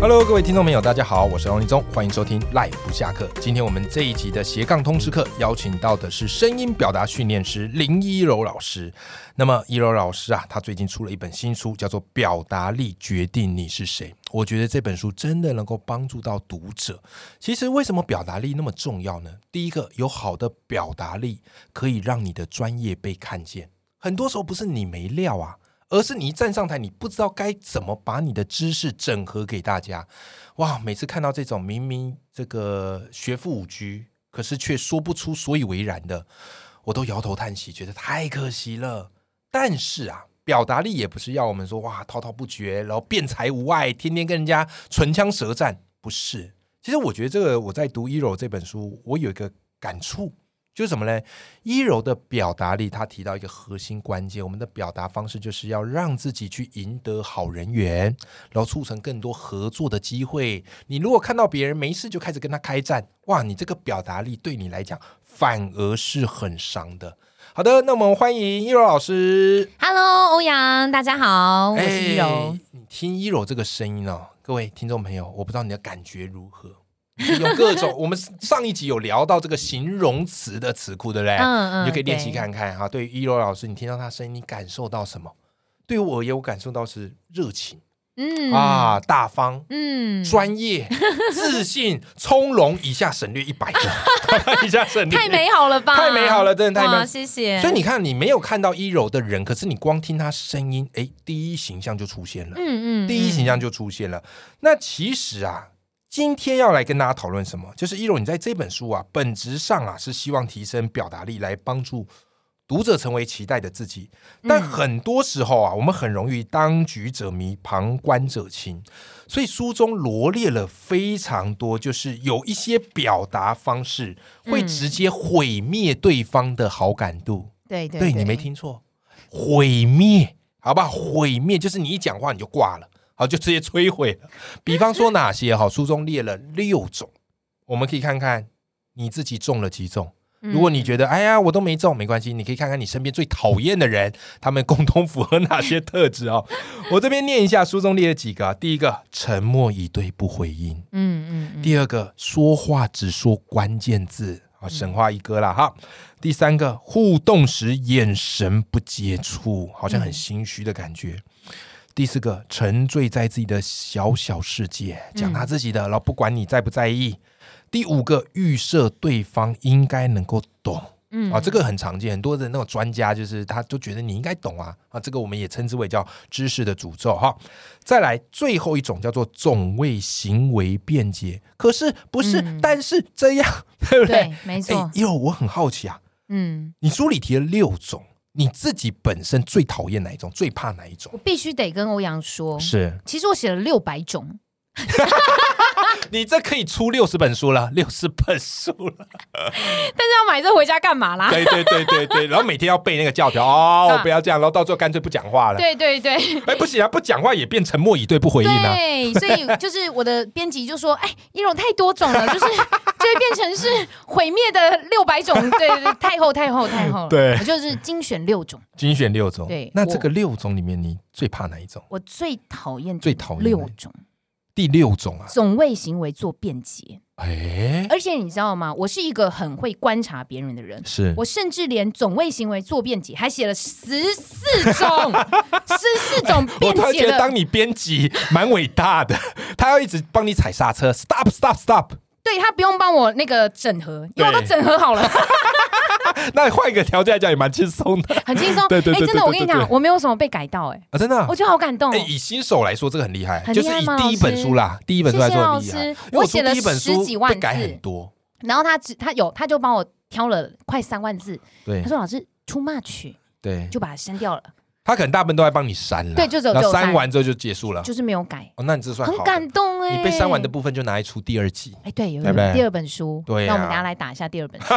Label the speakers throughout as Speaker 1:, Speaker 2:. Speaker 1: Hello，各位听众朋友，大家好，我是王立中，欢迎收听 Life 不下课。今天我们这一集的斜杠通识课邀请到的是声音表达训练师林一柔老师。那么一柔老师啊，他最近出了一本新书，叫做《表达力决定你是谁》。我觉得这本书真的能够帮助到读者。其实为什么表达力那么重要呢？第一个，有好的表达力可以让你的专业被看见。很多时候不是你没料啊，而是你一站上台，你不知道该怎么把你的知识整合给大家。哇，每次看到这种明明这个学富五车，可是却说不出所以为然的，我都摇头叹息，觉得太可惜了。但是啊，表达力也不是要我们说哇滔滔不绝，然后辩才无碍，天天跟人家唇枪舌战，不是。其实我觉得这个我在读《一柔》这本书，我有一个感触，就是什么呢？一柔的表达力，他提到一个核心关键，我们的表达方式就是要让自己去赢得好人缘，然后促成更多合作的机会。你如果看到别人没事就开始跟他开战，哇，你这个表达力对你来讲反而是很伤的。好的，那我们欢迎一柔老师。
Speaker 2: Hello，欧阳，大家好，我是一柔
Speaker 1: 哎。你听一柔这个声音哦，各位听众朋友，我不知道你的感觉如何。你有各 种，我们上一集有聊到这个形容词的词库，对不对？
Speaker 2: 嗯嗯
Speaker 1: 你就可以练习
Speaker 2: 对
Speaker 1: 看看哈。对于一柔老师，你听到他声音，你感受到什么？对我而言，我感受到是热情、
Speaker 2: 嗯
Speaker 1: 啊，，大方、
Speaker 2: 嗯，
Speaker 1: 专 业、自信、从容。以下省略一百个，以 下省略
Speaker 2: 太美好了吧？
Speaker 1: 太美好了真的太美
Speaker 2: 哇谢谢。
Speaker 1: 所以你看，你没有看到一柔的人，可是你光听他声音，哎，第一形象就出现了，
Speaker 2: 嗯，嗯嗯，
Speaker 1: 第一形象就出现了。那其实啊，今天要来跟大家讨论什么？就是一柔，你在这本书啊，本质上啊是希望提升表达力，来帮助读者成为期待的自己。
Speaker 2: 嗯
Speaker 1: 但很多时候啊，我们很容易当局者迷，旁观者清。所以书中罗列了非常多，就是有一些表达方式会
Speaker 2: 嗯
Speaker 1: 直接毁灭对方的好感度。
Speaker 2: 对对
Speaker 1: 对你没，听错，毁灭，好吧，毁灭就是你一讲话你就挂了，好，就直接摧毁了。比方说哪些哈，书中列了六种，我们可以看看你自己中了几种。如果你觉得哎呀我都没中，没关系，你可以看看你身边最讨厌的人，他们共同符合哪些特质哦。我这边念一下书中列了几个啊，第一个沉默以对不回应，
Speaker 2: 嗯嗯嗯，
Speaker 1: 第二个，说话只说关键字啊，神话一哥啦哈。第三个，互动时眼神不接触，好像很心虚的感觉。第四个，沉醉在自己的小小世界，讲他自己的，然后不管你在不在意。第五个，预设对方应该能够懂。
Speaker 2: 嗯
Speaker 1: 啊，这个很常见，很多的那种专家就是他就觉得你应该懂啊啊，这个我们也称之为叫知识的诅咒哈。再来最后一种叫做总为行为辩解，可是不是，
Speaker 2: 嗯
Speaker 1: 但是这样对不对？
Speaker 2: 对，没
Speaker 1: 哎
Speaker 2: 错，，
Speaker 1: 因为我很好奇啊，
Speaker 2: 嗯，
Speaker 1: 你书里提了六种，你自己本身最讨厌哪一种，最怕哪一种
Speaker 2: 我？必须得跟欧阳说，
Speaker 1: 是
Speaker 2: 其实我写了六百种，
Speaker 1: 你这可以出六十本书了，六十本书了。
Speaker 2: 但是要买这回家干嘛啦？
Speaker 1: 对对对对对，然后每天要背那个教条 哦，
Speaker 2: 啊
Speaker 1: 我不要这样，然后到最后干脆不讲话了。
Speaker 2: 对对对
Speaker 1: 哎，不行啊，不讲话也变沉默以对，不回应啊。
Speaker 2: 对，所以就是我的编辑就说，哎， 一柔太多种了，就是就会变成是毁灭的六百种，对对对，太厚太厚太厚了，
Speaker 1: 对
Speaker 2: 我就是精选六种。
Speaker 1: 精选六种，
Speaker 2: 对
Speaker 1: 那
Speaker 2: 我
Speaker 1: 这个六种里面，你最怕哪一种？
Speaker 2: 我最讨厌
Speaker 1: 最讨厌
Speaker 2: 六
Speaker 1: 的
Speaker 2: 种，
Speaker 1: 第六种啊，
Speaker 2: 总为行为做辩解。
Speaker 1: 哎，
Speaker 2: 而且你知道吗？我是一个很会观察别人的人，
Speaker 1: 是
Speaker 2: 我甚至连总为行为做辩解还写了十四 种，十四种
Speaker 1: 我
Speaker 2: 辩
Speaker 1: 突然
Speaker 2: 解
Speaker 1: 觉得，
Speaker 2: 的。
Speaker 1: 当你编辑蛮伟大 的，他要一直帮你踩刹车，stop stop stop。
Speaker 2: 对他不用帮我那个整合，因为我
Speaker 1: 对
Speaker 2: 都整 合好了，
Speaker 1: 那换一个条件来讲也蛮轻松 的
Speaker 2: 很轻松。哎
Speaker 1: 对对对对
Speaker 2: 真的，我跟你
Speaker 1: 对对对
Speaker 2: 讲，我没有什么被改到，哎，
Speaker 1: 啊，真的啊。
Speaker 2: 我觉得好感动
Speaker 1: 哎，
Speaker 2: 哦。
Speaker 1: 以新手来说，这个很厉害，
Speaker 2: 很
Speaker 1: 就
Speaker 2: 厉
Speaker 1: 是
Speaker 2: 害
Speaker 1: 以
Speaker 2: 吗
Speaker 1: 第一本
Speaker 2: 老师
Speaker 1: 书啦，第一本书来说很厉
Speaker 2: 谢
Speaker 1: 害
Speaker 2: 谢老师。
Speaker 1: 啊因为
Speaker 2: 我
Speaker 1: 出
Speaker 2: 写了
Speaker 1: 第一本书
Speaker 2: 十几万
Speaker 1: 被改
Speaker 2: 字
Speaker 1: 很多，
Speaker 2: 然后他只他有他就帮我挑了快三万字，
Speaker 1: 对
Speaker 2: 他说老师 too much，
Speaker 1: 对，
Speaker 2: 就把它删掉了，
Speaker 1: 他可能大部分都在帮你删了，
Speaker 2: 对就只有
Speaker 1: 然后
Speaker 2: 只有
Speaker 1: 删
Speaker 2: 删
Speaker 1: 完之后就结束了。
Speaker 2: 就是没有改，
Speaker 1: 哦，那你这算
Speaker 2: 很
Speaker 1: 好的，
Speaker 2: 感动哎。
Speaker 1: 你被删完的部分就拿来出第二 季。
Speaker 2: 哎，对，有
Speaker 1: 对不对
Speaker 2: 有第二本书，
Speaker 1: 对啊
Speaker 2: 那我们等一下来打一下第二本 书。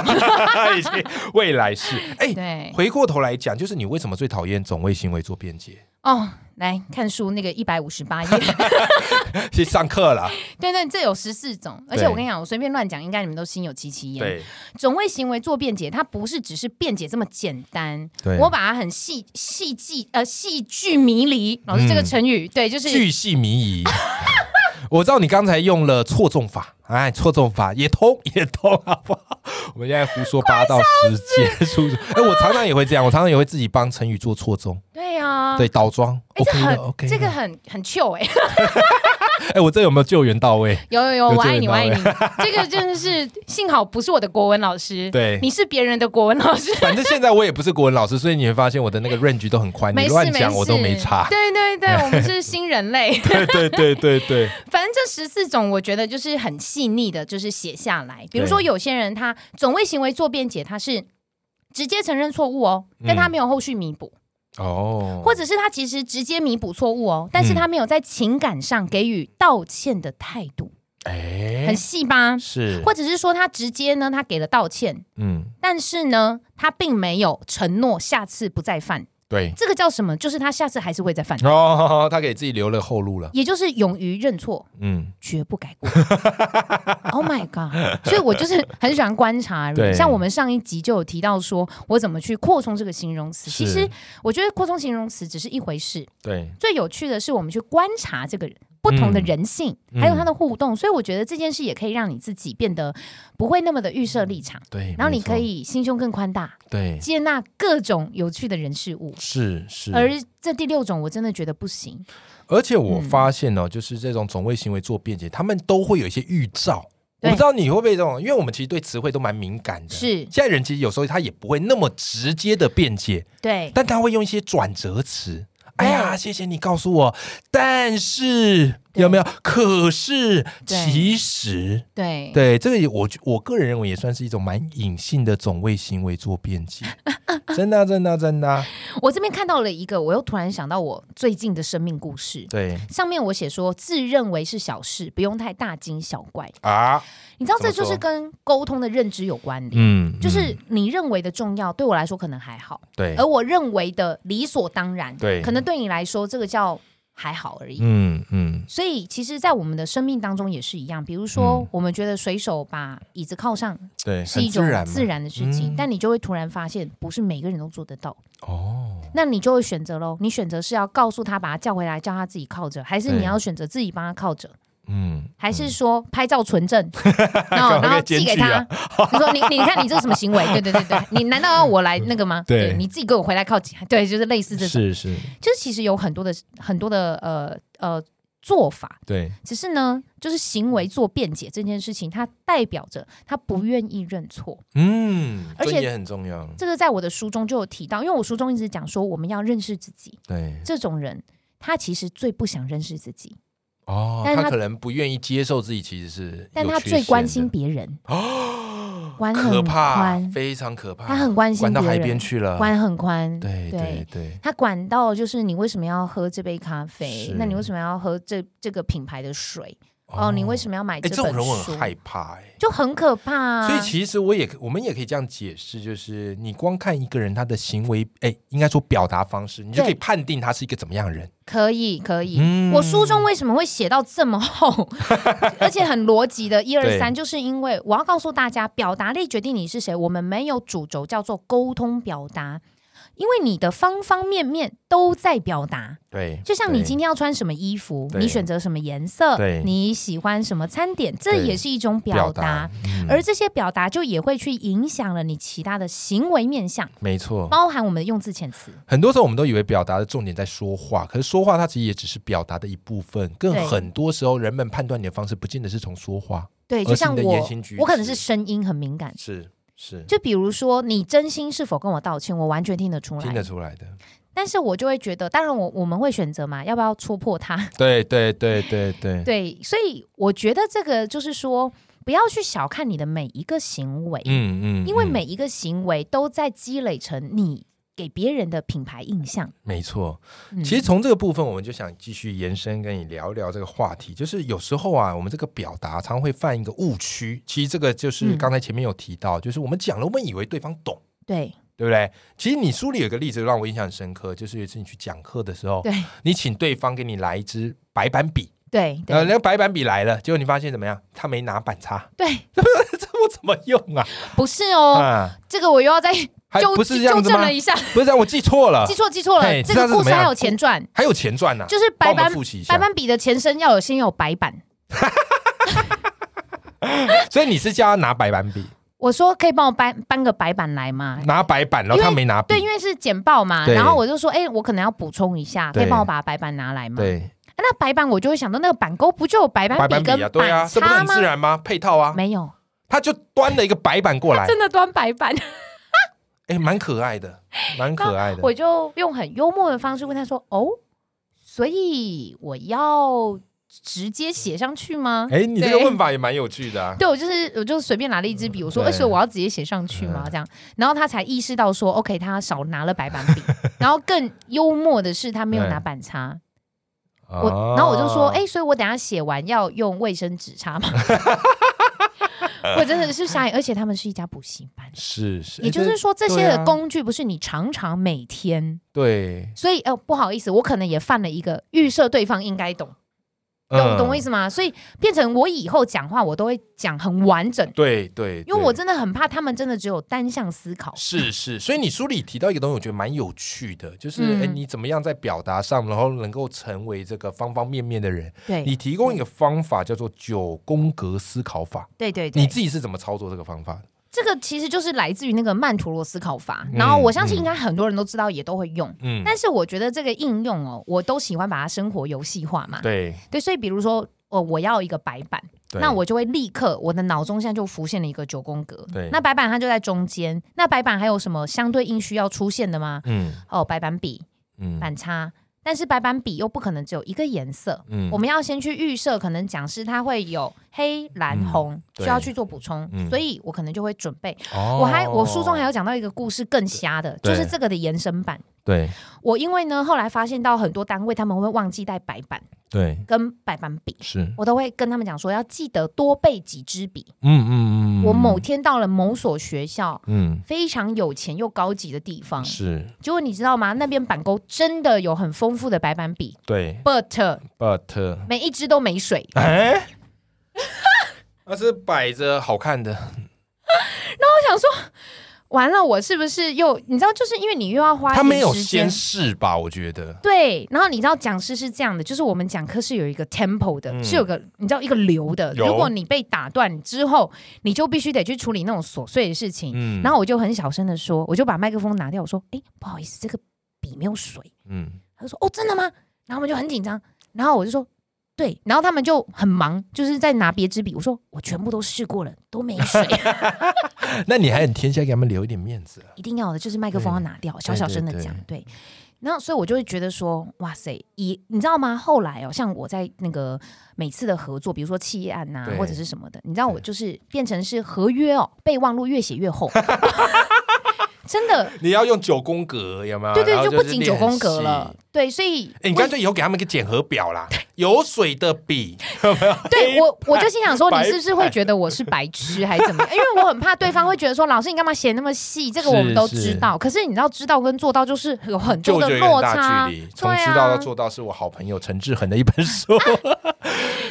Speaker 1: 已经未来式。哎、
Speaker 2: 对，
Speaker 1: 回过头来讲，就是你为什么最讨厌总为行为做辩解？
Speaker 2: 哦。来看书那个一百五十 八页，
Speaker 1: 去上课了。
Speaker 2: 对对，这有十四种，而且我跟你讲，我随便乱讲，应该你们都心有戚戚焉。
Speaker 1: 对
Speaker 2: 总为行为做辩解，它不是只是辩解这么简单，
Speaker 1: 对，
Speaker 2: 我把它很细细记呃戏剧迷离，老师这个
Speaker 1: 嗯
Speaker 2: 成语、对，就是
Speaker 1: 巨细靡遗。我知道你刚才用了错综法，哎，错综法也通 也通，好不好？我们现在胡说八道，时间出入。哎，我常常也会这样，我常常也会自己帮成语做错综，
Speaker 2: 对啊，
Speaker 1: 对，倒装。
Speaker 2: 哎、这
Speaker 1: OK
Speaker 2: 很
Speaker 1: 的，OK
Speaker 2: 这个
Speaker 1: 的。
Speaker 2: 很很 Q 哎、
Speaker 1: 哎，我这有没有救援到位？
Speaker 2: 有有有，
Speaker 1: 有
Speaker 2: 我
Speaker 1: 这
Speaker 2: 爱
Speaker 1: 个
Speaker 2: 你，
Speaker 1: 到
Speaker 2: 我爱
Speaker 1: 位
Speaker 2: 你，这个真的是幸好不是我的国文老师，
Speaker 1: 对
Speaker 2: 你是别人的国文老 师，
Speaker 1: 反正现在我也不是国文老师，所以你会发现我的那个 range 都很宽，你
Speaker 2: 没事
Speaker 1: 乱
Speaker 2: 没
Speaker 1: 讲
Speaker 2: 事，
Speaker 1: 我都没差。
Speaker 2: 对 对对，我们是新人类，
Speaker 1: 对对对对对，
Speaker 2: 反正这十四种，我觉得就是很细腻的，就是写下来。比如
Speaker 1: 对
Speaker 2: 说有些人他总为行为做辩解，他是。直接承认错误哦，但他没有后续弥补，
Speaker 1: 嗯哦，
Speaker 2: 或者是他其实直接弥补错误哦，但是
Speaker 1: 嗯
Speaker 2: 他没有在情感上给予道歉的态度，
Speaker 1: 哎
Speaker 2: 很，细吧？
Speaker 1: 是，
Speaker 2: 或者是说他直接呢，他给了道歉，
Speaker 1: 嗯，
Speaker 2: 但是呢，他并没有承诺下次不再犯。
Speaker 1: 对，
Speaker 2: 这个叫什么？就是他下次还是会再犯，
Speaker 1: 哦，他给自己留了后路了，
Speaker 2: 也就是勇于认错，
Speaker 1: 嗯，
Speaker 2: 绝不改过。oh my god！所以我就是很喜欢观察
Speaker 1: 对
Speaker 2: 人，像我们上一集就有提到说，我怎么去扩充这个形容词。
Speaker 1: 是
Speaker 2: 其实我觉得扩充形容词只是一回事，
Speaker 1: 对，
Speaker 2: 最有趣的是我们去观察这个人。不同的人性，
Speaker 1: 嗯
Speaker 2: 还有他的互动，所以我觉得这件事也可以让你自己变得不会那么的预设立场，
Speaker 1: 对，
Speaker 2: 然后你
Speaker 1: 没错
Speaker 2: 可以心胸更宽大，
Speaker 1: 对，
Speaker 2: 接纳各种有趣的人事物。
Speaker 1: 是是，
Speaker 2: 而
Speaker 1: 而
Speaker 2: 这第六种，我真的觉得不行。
Speaker 1: 且我
Speaker 2: 嗯
Speaker 1: 发现哦，就是这种总为行为做辩解，他们都会有一些预兆。我
Speaker 2: 对
Speaker 1: 不知道你会不会这种，因为我们其实对词汇都蛮敏感的。
Speaker 2: 是
Speaker 1: 现在人其实有时候他也不会那么直接的辩解，
Speaker 2: 对，
Speaker 1: 但他会用一些转折词。哎呀，谢谢你告诉我，但是
Speaker 2: 对
Speaker 1: 有没有？可是，
Speaker 2: 对
Speaker 1: 其实，
Speaker 2: 对，
Speaker 1: 对这个也我我个人认为也算是一种蛮隐性的总为行为做辩解， 真的啊、真的啊、真的啊、
Speaker 2: 我这边看到了一个，我又突然想到我最近的生命故事。
Speaker 1: 对
Speaker 2: 上面我写说，自认为是小事，不用太大惊小怪。
Speaker 1: 啊，
Speaker 2: 你知道，这
Speaker 1: 怎
Speaker 2: 就
Speaker 1: 么说
Speaker 2: 是跟沟通的认知有关联。
Speaker 1: 嗯，
Speaker 2: 就是
Speaker 1: 嗯
Speaker 2: 你认为的重要，对我来说可能还好，
Speaker 1: 对，
Speaker 2: 而我认为的理所当然，
Speaker 1: 对
Speaker 2: 可能对你来说这个叫还好而已。
Speaker 1: 嗯嗯，
Speaker 2: 所以，其实，在我们的生命当中也是一样。比如说，
Speaker 1: 嗯
Speaker 2: 我们觉得随手把椅子靠上
Speaker 1: 对，
Speaker 2: 是
Speaker 1: 很
Speaker 2: 一种
Speaker 1: 自然嘛
Speaker 2: 自然的事情，
Speaker 1: 嗯
Speaker 2: 但你就会突然发现，不是每个人都做得到。
Speaker 1: 哦，
Speaker 2: 那你就会选择喽，你选择是要告诉他把他叫回来，叫他自己靠着，还是
Speaker 1: 对
Speaker 2: 你要选择自己帮他靠着，
Speaker 1: 嗯，
Speaker 2: 还是说拍照存 证，然后然后寄给他？
Speaker 1: 啊
Speaker 2: 你说你你看你这个什么行为？ 对对对对，你难道要我来那个吗？
Speaker 1: 对
Speaker 2: 你自己给我回来靠近，对，就是类似这种，
Speaker 1: 是是，
Speaker 2: 就是其实有很多的很多的呃呃做法，
Speaker 1: 对，
Speaker 2: 只是呢，就是行为做辩解这件事情，它代表着他不愿意认错。
Speaker 1: 嗯，
Speaker 2: 而且
Speaker 1: 尊严很重要，
Speaker 2: 这个在我的书中就有提到，因为我书中一直讲说我们要认识自己，
Speaker 1: 对，
Speaker 2: 这种人他其实最不想认识自己，
Speaker 1: 哦，
Speaker 2: 但是
Speaker 1: 他
Speaker 2: 他
Speaker 1: 可能不愿意接受自己其实是，
Speaker 2: 但他最关心。别 人，
Speaker 1: 哦，
Speaker 2: 管
Speaker 1: 可
Speaker 2: 很
Speaker 1: 怕，
Speaker 2: 宽，
Speaker 1: 非常可怕。
Speaker 2: 他很关心
Speaker 1: 关到
Speaker 2: 别
Speaker 1: 海边
Speaker 2: 人，
Speaker 1: 去了。
Speaker 2: 管很宽，
Speaker 1: 对对对，
Speaker 2: 他管到就是你为什么要喝这杯咖啡
Speaker 1: 是？
Speaker 2: 那你为什么要喝这这个品牌的水？哦，你为什么要买
Speaker 1: 哎，这
Speaker 2: 本
Speaker 1: 种人我
Speaker 2: 书
Speaker 1: 很？害怕哎。
Speaker 2: 就很可怕啊！
Speaker 1: 所以其实我也我们也可以这样解释，就是你光看一个人他的行为，哎，应该说表达方式，你就
Speaker 2: 对
Speaker 1: 可以判定他是一个怎么样的人。
Speaker 2: 可以可以，
Speaker 1: 嗯
Speaker 2: 我书中为什么会写到这 么厚，而且很逻辑的一二
Speaker 1: 对
Speaker 2: 三，就是因为我要告诉大家，表达力决定你是谁。我们没有主轴叫做沟通表达，因为你的方方面面都在表达。
Speaker 1: 对，
Speaker 2: 就像你
Speaker 1: 对
Speaker 2: 今天要穿什么衣服，
Speaker 1: 对
Speaker 2: 你选择什么颜色
Speaker 1: 对，
Speaker 2: 你喜欢什么餐点，这
Speaker 1: 对
Speaker 2: 也是一种表达。，
Speaker 1: 嗯
Speaker 2: 而这些表达就也会去影响了你其他的行为面向，
Speaker 1: 没错，
Speaker 2: 包含我们的用字遣词。
Speaker 1: 很多时候我们都以为表达的重点在说话，可是说话它其实也只是表达的一部分，更
Speaker 2: 对
Speaker 1: 很多时候人们判断你的方式不见得是从说话，
Speaker 2: 对，
Speaker 1: 而
Speaker 2: 就是像
Speaker 1: 你的言
Speaker 2: 我
Speaker 1: 行举，
Speaker 2: 我可能
Speaker 1: 止
Speaker 2: 是声音很敏感，
Speaker 1: 是是
Speaker 2: 就比如说，你真心是否跟我道歉，我完全听得出
Speaker 1: 听得
Speaker 2: 来。
Speaker 1: 出来的，
Speaker 2: 但是我就会觉得，当然我我们会选择嘛，要不要戳破它？
Speaker 1: 对对对对对
Speaker 2: 对，所以我觉得这个就是说，不要去小看你的每一个行为，
Speaker 1: 嗯嗯，
Speaker 2: 因为
Speaker 1: 嗯
Speaker 2: 每一个行为都在积累成你给别人的品牌印象。
Speaker 1: 没错，
Speaker 2: 嗯
Speaker 1: 其实从这个部分，我们就想继续延伸跟你聊一聊这个话题，就是有时候啊，我们这个表达常会犯一个误区，其实这个就是
Speaker 2: 嗯
Speaker 1: 刚才前面有提到，就是我们讲了，我们以为对方懂。
Speaker 2: 对
Speaker 1: 对不对？其实你书里有个例子让我印象很深刻，就是有一次你去讲课的时候，
Speaker 2: 对
Speaker 1: 你请对方给你来一支白板笔，
Speaker 2: 对
Speaker 1: 呃，
Speaker 2: 对
Speaker 1: 那个白板笔来了，结果你发现怎么样？他没拿板擦，
Speaker 2: 对，
Speaker 1: 这我怎么用啊？
Speaker 2: 不是哦，
Speaker 1: 啊，
Speaker 2: 这个我又要再
Speaker 1: 还
Speaker 2: 纠
Speaker 1: 不是这样
Speaker 2: 纠
Speaker 1: 子
Speaker 2: 正
Speaker 1: 吗？
Speaker 2: 了一下，
Speaker 1: 不是这样，我记错了
Speaker 2: 记，错记错
Speaker 1: 嘿
Speaker 2: 了，这
Speaker 1: 知道
Speaker 2: 个
Speaker 1: 是
Speaker 2: 故
Speaker 1: 怎
Speaker 2: 事
Speaker 1: 么
Speaker 2: 还
Speaker 1: 样
Speaker 2: 有前传，
Speaker 1: 还有啊前传呢、
Speaker 2: 就是
Speaker 1: 帮
Speaker 2: 白
Speaker 1: 我们
Speaker 2: 板
Speaker 1: 复习一下
Speaker 2: 白。板笔的前身要有先有白板。
Speaker 1: 所以你是叫他拿白板笔，
Speaker 2: 我说可以帮我搬搬个白板来吗？
Speaker 1: 拿白板，然后
Speaker 2: 哎因为
Speaker 1: 他没拿笔
Speaker 2: 对，，因为是简报嘛，
Speaker 1: 对
Speaker 2: 然后我就说，哎、我可能要补充一下，可
Speaker 1: 对
Speaker 2: 以帮我把白板拿来吗？
Speaker 1: 对，
Speaker 2: 啊那白板我就会想到那个板钩不就有白
Speaker 1: 白
Speaker 2: 板
Speaker 1: 板
Speaker 2: 笔跟
Speaker 1: 笔啊，对啊，这不是
Speaker 2: 擦
Speaker 1: 很
Speaker 2: 吗？
Speaker 1: 自然吗？配套啊，
Speaker 2: 没有，
Speaker 1: 他就端了一个白板过来，
Speaker 2: 真的端白板，
Speaker 1: 哎，蛮可爱的，蛮可爱的。
Speaker 2: 我就用很幽默的方式问他说，哦，所以我要直接写上去吗？
Speaker 1: 哎，你这个
Speaker 2: 对
Speaker 1: 问法也蛮有趣的啊。
Speaker 2: 对，我就是我就随便拿了一支笔，我说，
Speaker 1: 对嗯
Speaker 2: 哎，所以我要直接写上去吗？这样，然后他才意识到说，OK，他少拿了白板 笔，然后更幽默的是，他没有
Speaker 1: 对
Speaker 2: 拿板擦。
Speaker 1: 哦
Speaker 2: 我然后我就说，哎、，所以我等一下写完要用卫生纸擦吗？ 我真的是傻眼，而且他们是一家补习班，
Speaker 1: 是是，
Speaker 2: 也
Speaker 1: 哎
Speaker 2: 就是说这
Speaker 1: 对
Speaker 2: 些
Speaker 1: 啊
Speaker 2: 的工具不是你常常每天，
Speaker 1: 对，
Speaker 2: 所以呃不好意思，我可能也犯了一个预设对方应该懂，懂懂我意
Speaker 1: 思？
Speaker 2: 思吗？所以变成我以后讲话我都会讲很完整，
Speaker 1: 对对，
Speaker 2: 因为我
Speaker 1: 对
Speaker 2: 真的很怕他们真的只有单向思考。
Speaker 1: 是是，所以你书里提到一个东西，我觉得蛮有趣的，就是哎、
Speaker 2: 嗯
Speaker 1: 诶你怎么样在表达上，然后能够成为这个方方面面的人？你
Speaker 2: 对
Speaker 1: 提供一个方法叫做九宫格思考法，
Speaker 2: 对对
Speaker 1: 你
Speaker 2: 对，
Speaker 1: 自己是怎么操作这个方法的？
Speaker 2: 这个其实就是来自于那个曼陀罗思考法，
Speaker 1: 嗯
Speaker 2: 然后我相信
Speaker 1: 嗯
Speaker 2: 应该很多人都知道，也都会用。
Speaker 1: 嗯，
Speaker 2: 但是我觉得这个应用哦，我都喜欢把它生活游戏化嘛。
Speaker 1: 对，
Speaker 2: 对，所以比如说，哦，我要一个白板，
Speaker 1: 对
Speaker 2: 那我就会立刻，我的脑中现在就浮现了一个九宫格。
Speaker 1: 对
Speaker 2: 那白板它就在中间，那白板还有什么相对应需要出现的吗？
Speaker 1: 嗯
Speaker 2: 哦，白板笔、
Speaker 1: 嗯
Speaker 2: 板擦，但是白板笔又不可能只有一个颜色。
Speaker 1: 嗯
Speaker 2: 我们要先去预设，可能讲师他会有黑、蓝、
Speaker 1: 嗯
Speaker 2: 红，
Speaker 1: 对
Speaker 2: 需要去做补充，
Speaker 1: 嗯
Speaker 2: 所以我可能就会准备。
Speaker 1: 哦
Speaker 2: 我还我书中还有讲到一个故事更瞎的，
Speaker 1: 对
Speaker 2: 就是这个的延伸版。
Speaker 1: 对
Speaker 2: 我因为呢，后来发现到很多单位他们会忘记带白板
Speaker 1: 对
Speaker 2: 跟白板笔，
Speaker 1: 是，嗯
Speaker 2: 我都会跟他们讲说要记得多备几支笔。
Speaker 1: 嗯嗯嗯，
Speaker 2: 我某天到了某所学校。
Speaker 1: 嗯
Speaker 2: 非常有钱又高级的地方，
Speaker 1: 是
Speaker 2: 结果你知道吗？那边板沟真的有很丰富的白板笔
Speaker 1: 对
Speaker 2: ，but
Speaker 1: ，but
Speaker 2: 每一支都没水。
Speaker 1: 哎， 那是摆着好看的，
Speaker 2: 完了，我是不是又你知道？就是因为你又要花一
Speaker 1: 他没有
Speaker 2: 点时
Speaker 1: 先
Speaker 2: 间
Speaker 1: 试吧？我觉得，
Speaker 2: 对，然后你知道讲师是这样的，就是我们讲课是有一个 tempo 的，
Speaker 1: 嗯
Speaker 2: 是有个你知道一个流的。
Speaker 1: 有
Speaker 2: 如果你被打断之后，你就必须得去处理那种琐碎的事情。
Speaker 1: 嗯
Speaker 2: 然后我就很小声的说，我就把麦克风拿掉，我说：“哎，不好意思，这个笔没有水。
Speaker 1: 嗯”
Speaker 2: 他就说：“哦，真的吗？”然后我们就很紧张，然后我就说。对，然后他们就很忙，就是在拿别支笔。我说我全部都试过了，都没水，
Speaker 1: 那你还很天下给他们留一点面子啊，
Speaker 2: 一定要的，就是麦克风要拿掉，小小声的讲，对。然后，所以我就会觉得说，哇塞，以你知道吗？后来哦，像我在那个每次的合作，比如说企业案呐、
Speaker 1: 对
Speaker 2: 或者是什么的，你知道我就是变成是合约哦，备忘录越写 越厚，真的，
Speaker 1: 你要用九宫格有没有？
Speaker 2: 对对，
Speaker 1: 啊然后
Speaker 2: 就不
Speaker 1: 是
Speaker 2: 仅
Speaker 1: 练
Speaker 2: 九
Speaker 1: 很
Speaker 2: 宫格
Speaker 1: 细
Speaker 2: 了。，对，所以
Speaker 1: 哎，你
Speaker 2: 我
Speaker 1: 干脆以后给他们一个检核表啦，有水的笔，
Speaker 2: 对我我就心想说，
Speaker 1: 哎白
Speaker 2: 你是不是会觉得我是白痴还 是怎么样？因为我很怕对方会觉得说，老师你干嘛写那么细？这个我们都
Speaker 1: 是是
Speaker 2: 知道，可是你知道，知道跟做到就是有很
Speaker 1: 就我
Speaker 2: 多
Speaker 1: 觉
Speaker 2: 的
Speaker 1: 得有
Speaker 2: 落
Speaker 1: 很大
Speaker 2: 差
Speaker 1: 距离，，从
Speaker 2: 对
Speaker 1: 知道到
Speaker 2: 啊，
Speaker 1: 做到是我好朋友陈志恒的一本 书。对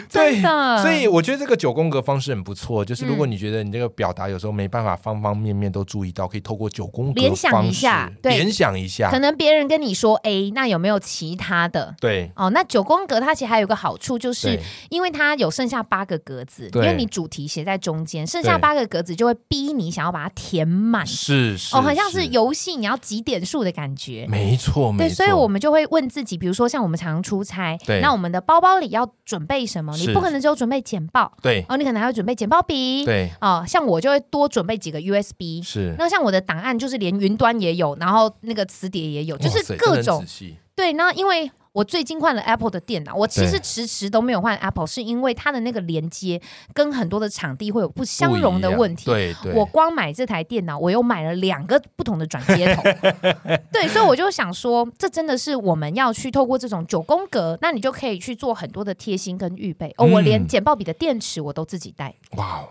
Speaker 2: 真，的，嗯
Speaker 1: 所以我觉得这个九宫格方式很不错。就是如果你觉得你这个表达有时候没办法方方面面都注意到，可以透过九宫格
Speaker 2: 联想
Speaker 1: 方
Speaker 2: 一下
Speaker 1: 式
Speaker 2: 对
Speaker 1: 联想一下
Speaker 2: 可，能别人跟你说 A，那有没有其他的？
Speaker 1: 对
Speaker 2: 哦，那九宫格它其实还有一个好处，就是
Speaker 1: 对
Speaker 2: 因为它有剩下八个格子，因
Speaker 1: 对
Speaker 2: 为你主题写在中间，剩下
Speaker 1: 对
Speaker 2: 八个格子就会逼你想要把它填满。
Speaker 1: 是是
Speaker 2: 哦，很像是，游戏你要几点数的感觉。
Speaker 1: 没错没
Speaker 2: 对，
Speaker 1: 错，
Speaker 2: 所以我们就会问自己，比如说像我们常出差
Speaker 1: 对，
Speaker 2: 那我们的包包里要准备什么？你
Speaker 1: 是
Speaker 2: 不可能只有准备简报
Speaker 1: 对
Speaker 2: 哦，你可能还要准备简报笔。
Speaker 1: 对
Speaker 2: 哦，像我就会多准备几个 USB。
Speaker 1: 是，
Speaker 2: 那像我的档案就是连云端也有，然后那个磁碟也有，就
Speaker 1: 哇塞
Speaker 2: 是
Speaker 1: 真的
Speaker 2: 各
Speaker 1: 很
Speaker 2: 种
Speaker 1: 仔细
Speaker 2: 对。那因为我最近换了 Apple 的电脑，我其
Speaker 1: 对
Speaker 2: 实迟迟都没有换 Apple，是因为它的那个连接跟很多的场地会有不相容的
Speaker 1: 不一样
Speaker 2: 问题。
Speaker 1: 对对，
Speaker 2: 我光买这台电脑，我又买了两个不同的转接头， 对，所以我就想说，这真的是我们要去透过这种九宫格，那你就可以去做很多的贴心跟预备。哦，我
Speaker 1: 嗯
Speaker 2: 连简报笔的电池我都自己带，
Speaker 1: 哇哦，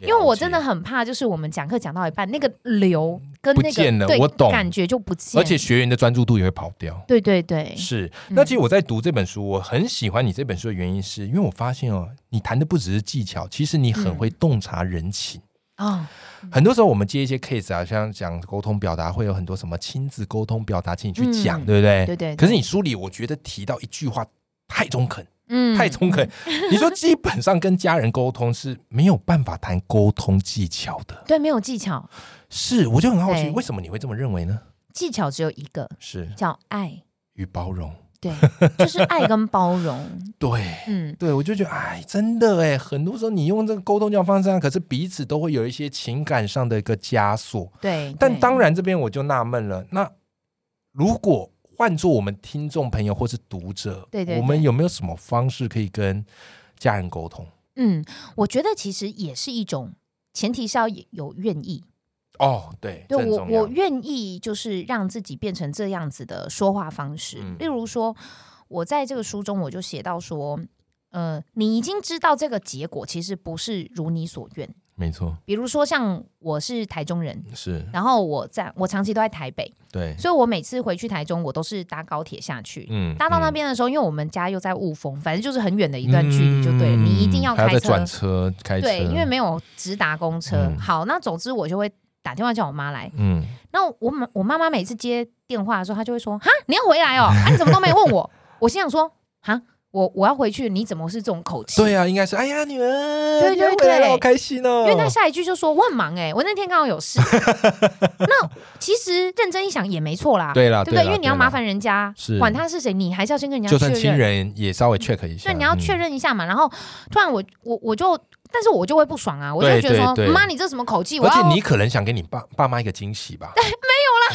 Speaker 2: 因为我真的
Speaker 1: 了
Speaker 2: 很怕，就是我们讲课讲到一半，那个流跟
Speaker 1: 不
Speaker 2: 那
Speaker 1: 见了
Speaker 2: 个对
Speaker 1: 我懂
Speaker 2: 感觉就不见
Speaker 1: 解，
Speaker 2: 了，
Speaker 1: 而且学员的专注度也会跑掉。
Speaker 2: 对对对，
Speaker 1: 是，
Speaker 2: 嗯
Speaker 1: 那其实我在读这本书，我很喜欢你这本书的原因是，因为我发现哦，你谈的不只是技巧，其实你很
Speaker 2: 嗯
Speaker 1: 会洞察人情。
Speaker 2: 哦，
Speaker 1: 很多时候我们接一些 case 啊，像讲沟通表达，会有很多什么亲子沟通表达，请你去讲，
Speaker 2: 嗯
Speaker 1: 对不对？
Speaker 2: 对对，
Speaker 1: 可
Speaker 2: 对
Speaker 1: 是你书里，我觉得提到一句话太中肯，
Speaker 2: 嗯
Speaker 1: 太中肯。你说基本上跟家人沟通是没有办法谈沟通技巧的，
Speaker 2: 对，没有技巧，
Speaker 1: 是，我就很好奇，
Speaker 2: 对
Speaker 1: 为什么你会这么认为呢？
Speaker 2: 技巧只有一个，
Speaker 1: 是
Speaker 2: 叫爱，
Speaker 1: 与包容，
Speaker 2: 对， 就是爱跟包容，
Speaker 1: 对。
Speaker 2: 嗯，
Speaker 1: 对，我就觉得，哎，真的哎，很多时候你用这个沟通这样方式啊，可是彼此都会有一些情感上的一个枷锁。
Speaker 2: 对。
Speaker 1: 但
Speaker 2: 对
Speaker 1: 当，然，这边我就纳闷了，那如果换做我们听众朋友或是读者，
Speaker 2: 对对对
Speaker 1: 我们有没有什么方式可以跟家人沟通？
Speaker 2: 嗯，我觉得其实也是一种。前提是要有愿意，
Speaker 1: 哦，对，
Speaker 2: 对
Speaker 1: 这很
Speaker 2: 我
Speaker 1: 重要
Speaker 2: 我愿意，就是让自己变成这样子的说话方式。
Speaker 1: 嗯
Speaker 2: 例如说，我在这个书中我就写到说，呃，你已经知道这个结果其实不是如你所愿。
Speaker 1: 没错，
Speaker 2: 比如说，像我是台中人，
Speaker 1: 是
Speaker 2: 然后我在我长期都在台北，
Speaker 1: 对，
Speaker 2: 所以我每次回去台中，我都是搭高铁下去。
Speaker 1: 嗯
Speaker 2: 搭到那边的时候，因为我们家又在雾峰，反正就是很远的一段距离，就对了、你一定
Speaker 1: 嗯
Speaker 2: 要
Speaker 1: 还
Speaker 2: 开
Speaker 1: 再
Speaker 2: 车
Speaker 1: 转，车开车，
Speaker 2: 对，因为没有直达公车。
Speaker 1: 嗯
Speaker 2: 好，那总之我就会打电话叫我妈来。
Speaker 1: 嗯，
Speaker 2: 那我妈我妈妈每次接电话的时候，她就会说：“哈，你要回来哦，啊，你怎么都没问我？”我心想说：“哈，我我要回去，你怎么是这种口气？”
Speaker 1: 对啊，应该是，哎呀，女儿，
Speaker 2: 对对
Speaker 1: 你要回来了
Speaker 2: 对
Speaker 1: 好开心哦，
Speaker 2: 因为他下一句就说我很忙哎、我那天刚好 有事。那其实认真一想也没错啦，
Speaker 1: 对啦
Speaker 2: 对不
Speaker 1: 对啦
Speaker 2: 对？因为你要麻烦人家
Speaker 1: 是，
Speaker 2: 管他是谁，你还是要先跟人家
Speaker 1: 就
Speaker 2: 确
Speaker 1: 算
Speaker 2: 认。
Speaker 1: 亲人也稍微 check 一下，
Speaker 2: 对，你要确
Speaker 1: 嗯
Speaker 2: 认一下嘛。然后突然我我我就，但是我就会不爽啊，我就会觉得说
Speaker 1: 对对对
Speaker 2: 妈，你哦这什么口气？我
Speaker 1: 而
Speaker 2: 要
Speaker 1: 且你可能想给你爸爸妈一个惊喜吧？没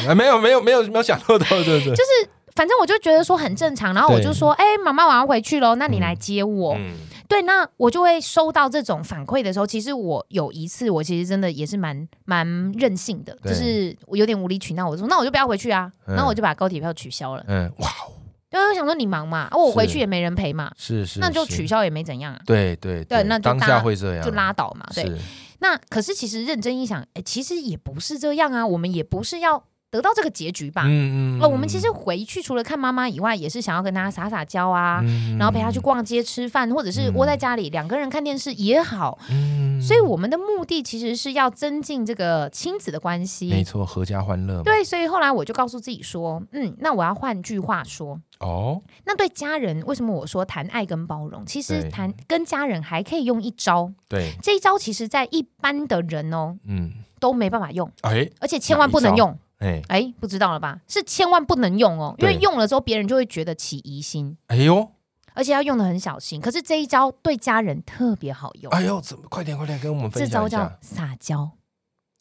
Speaker 1: 有啦，没有没有没有没有想到的，对对对，
Speaker 2: 就是。反正我就觉得说很正常，然后我就
Speaker 1: 对
Speaker 2: 说：“哎、妈妈，我要回去喽，那你来接我。
Speaker 1: 嗯
Speaker 2: 对，那我就会收到这种反馈的时候，其实我有一次，我其实真的也是蛮蛮任性的，
Speaker 1: 对
Speaker 2: 就是我有点无理取闹，我就说那我就不要回去啊，
Speaker 1: 嗯
Speaker 2: 然后我就把高铁票取消了。
Speaker 1: 嗯，哇哦，
Speaker 2: 对，我想说你忙嘛，啊我回
Speaker 1: 是
Speaker 2: 去也没人陪嘛，
Speaker 1: 是是，
Speaker 2: 那就是取，消也没怎样啊，
Speaker 1: 对对
Speaker 2: 对那就
Speaker 1: 当下
Speaker 2: 大
Speaker 1: 会这样，
Speaker 2: 就拉倒嘛。对，
Speaker 1: 是
Speaker 2: 那可是其实认真一想，哎，其实也不是这样啊，我们也不是要得到这个结局吧？
Speaker 1: 嗯
Speaker 2: 哦，我们其实回去除了看妈妈以外，也是想要跟她撒撒娇啊。
Speaker 1: 嗯
Speaker 2: 然后陪她去，逛街、吃饭，或者是窝在家里、两个人看电视也好，
Speaker 1: 嗯
Speaker 2: 所以我们的目的其实是要增进这个亲子的关
Speaker 1: 没
Speaker 2: 系。
Speaker 1: 错，合家欢乐嘛，
Speaker 2: 对，所以后来我就告诉自己说，嗯，那我要换句话说，
Speaker 1: 哦，
Speaker 2: 那对家人，为什么我说谈爱跟包容？其实
Speaker 1: 对
Speaker 2: 谈跟家人还可以用一招，
Speaker 1: 对，
Speaker 2: 这一招其实在一般的人哦
Speaker 1: 嗯，
Speaker 2: 都没办法用，
Speaker 1: 哎
Speaker 2: 而且千万不能用。
Speaker 1: 哎
Speaker 2: 哎，不知道了吧？是千万不能用哦，因
Speaker 1: 对
Speaker 2: 为用了之后别人就会觉得起疑心，
Speaker 1: 哎呦
Speaker 2: 而且要用的很小心。可是这一招对家人特别好用，
Speaker 1: 哎呦，怎么快点快点跟我们
Speaker 2: 这
Speaker 1: 分享
Speaker 2: 招
Speaker 1: 一
Speaker 2: 叫
Speaker 1: 下
Speaker 2: 撒娇。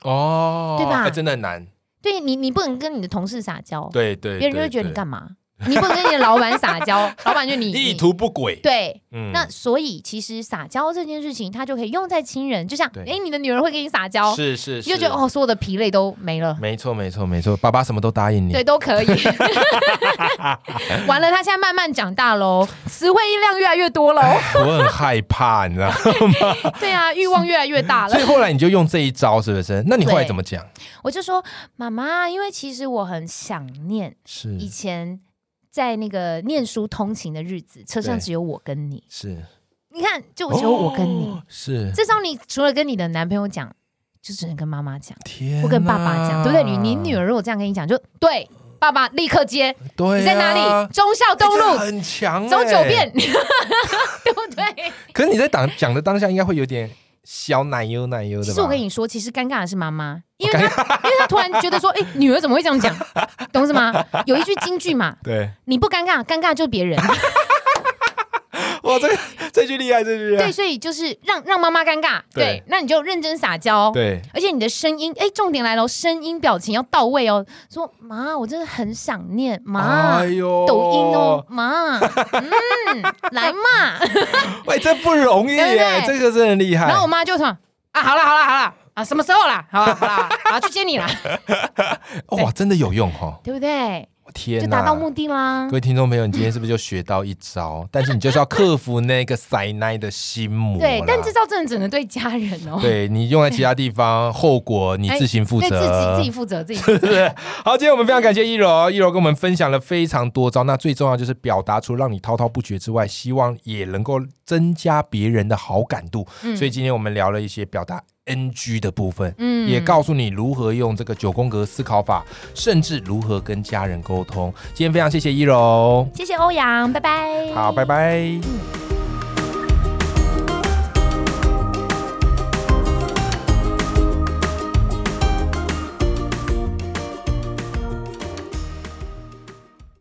Speaker 1: 哦，
Speaker 2: 对吧
Speaker 1: 哎真的很难，
Speaker 2: 对你，你不能跟你的同事撒娇，
Speaker 1: 对对，
Speaker 2: 别人就
Speaker 1: 对
Speaker 2: 会觉得
Speaker 1: 对
Speaker 2: 你干嘛？你不能跟你的老板撒娇， 老板就你
Speaker 1: 意
Speaker 2: 你
Speaker 1: 图不轨，
Speaker 2: 对。
Speaker 1: 嗯
Speaker 2: 那所以其实撒娇这件事情，它就可以用在亲人，就像
Speaker 1: 对
Speaker 2: 哎，诶你的女儿会给你撒娇，
Speaker 1: 是是
Speaker 2: 你
Speaker 1: 是，
Speaker 2: 就觉得哦，所有的疲累都没 了。
Speaker 1: 没错，没错，没错，爸爸什么都答应你。
Speaker 2: 对，都可以。 完了，他现在慢慢长大喽，词汇量越来越多 喽。
Speaker 1: 哎我很害怕，你知 道吗。
Speaker 2: 对啊，欲望越来越大
Speaker 1: 所
Speaker 2: 了
Speaker 1: 以。后来你就用这一招，是不是？那你后来怎么讲？
Speaker 2: 我就说妈妈，因为其实我很想念
Speaker 1: 是
Speaker 2: 以前在那个念书通勤的日子，车上
Speaker 1: 对
Speaker 2: 只有我跟你。
Speaker 1: 是，
Speaker 2: 你看，就只有我跟你。
Speaker 1: 哦是。
Speaker 2: 这招你除了跟你的男朋友讲，就只能跟妈妈讲，
Speaker 1: 天，
Speaker 2: 或跟爸爸讲，对不对？你你女
Speaker 1: 儿
Speaker 2: 儿如果这样跟你讲，就对，爸爸立刻接，
Speaker 1: 对啊、
Speaker 2: 你在哪
Speaker 1: 哎
Speaker 2: 里？忠孝东
Speaker 1: 这
Speaker 2: 路。
Speaker 1: 很强、哎
Speaker 2: 走九。遍，对不 对？
Speaker 1: 可是你在当讲的当下，应该会有点小奶油奶油的吧？
Speaker 2: 其实我跟
Speaker 1: 你
Speaker 2: 你说，其实尴尬的是妈
Speaker 1: 哦
Speaker 2: 妈，因为她， 因为她突然觉得说，哎，女儿怎么会 这样讲？懂什么？有一句京剧嘛，
Speaker 1: 对，
Speaker 2: 你不尴尬，尴尬就是别 人。
Speaker 1: 啊哇，这个这句厉害，这句厉
Speaker 2: 对，
Speaker 1: 害。
Speaker 2: 所以就是让让妈妈尴尬，
Speaker 1: 对
Speaker 2: 对，那你就认真撒娇，
Speaker 1: 对，
Speaker 2: 而且你的声音，哎，重点来了哦，声音表情要到位哦。说妈，我真的很想念妈，
Speaker 1: 哎呦，
Speaker 2: 抖音哦，，妈，嗯，来嘛。
Speaker 1: 喂，这不容易
Speaker 2: 对不
Speaker 1: 耶，
Speaker 2: 对
Speaker 1: 这个真的厉害。
Speaker 2: 然后我妈就说啊，好了好了好了啊， 什么时候啦？好了好了，好啦去接你啦，
Speaker 1: 哇，真的有用哈、哦，
Speaker 2: 对不对？
Speaker 1: 天
Speaker 2: 就
Speaker 1: 哪！
Speaker 2: 达到目的啦
Speaker 1: 各。位听众朋友，你今天是不是就学到一招？ 但是你就是要克服那个塞奶的心魔啦。
Speaker 2: 对，但这招真的只能对家人哦，
Speaker 1: 对你用在其他地方，后果你自行负
Speaker 2: 对自己
Speaker 1: 责。
Speaker 2: 自己负责，自己负责。
Speaker 1: 好，今天我们非常感谢一柔，一柔跟我们分享了非常多招。那最重要就是表达除了让你滔滔不绝之外，希望也能够增加别人的好感度。
Speaker 2: 嗯
Speaker 1: 所以今天我们聊了一些表达 NG 的部分。
Speaker 2: 嗯
Speaker 1: 也告诉你如何用这个九宫格思考法，甚至如何跟家人沟通。今天非常谢谢一柔，
Speaker 2: 谢谢欧阳，拜拜。
Speaker 1: 好，拜。拜。
Speaker 2: 嗯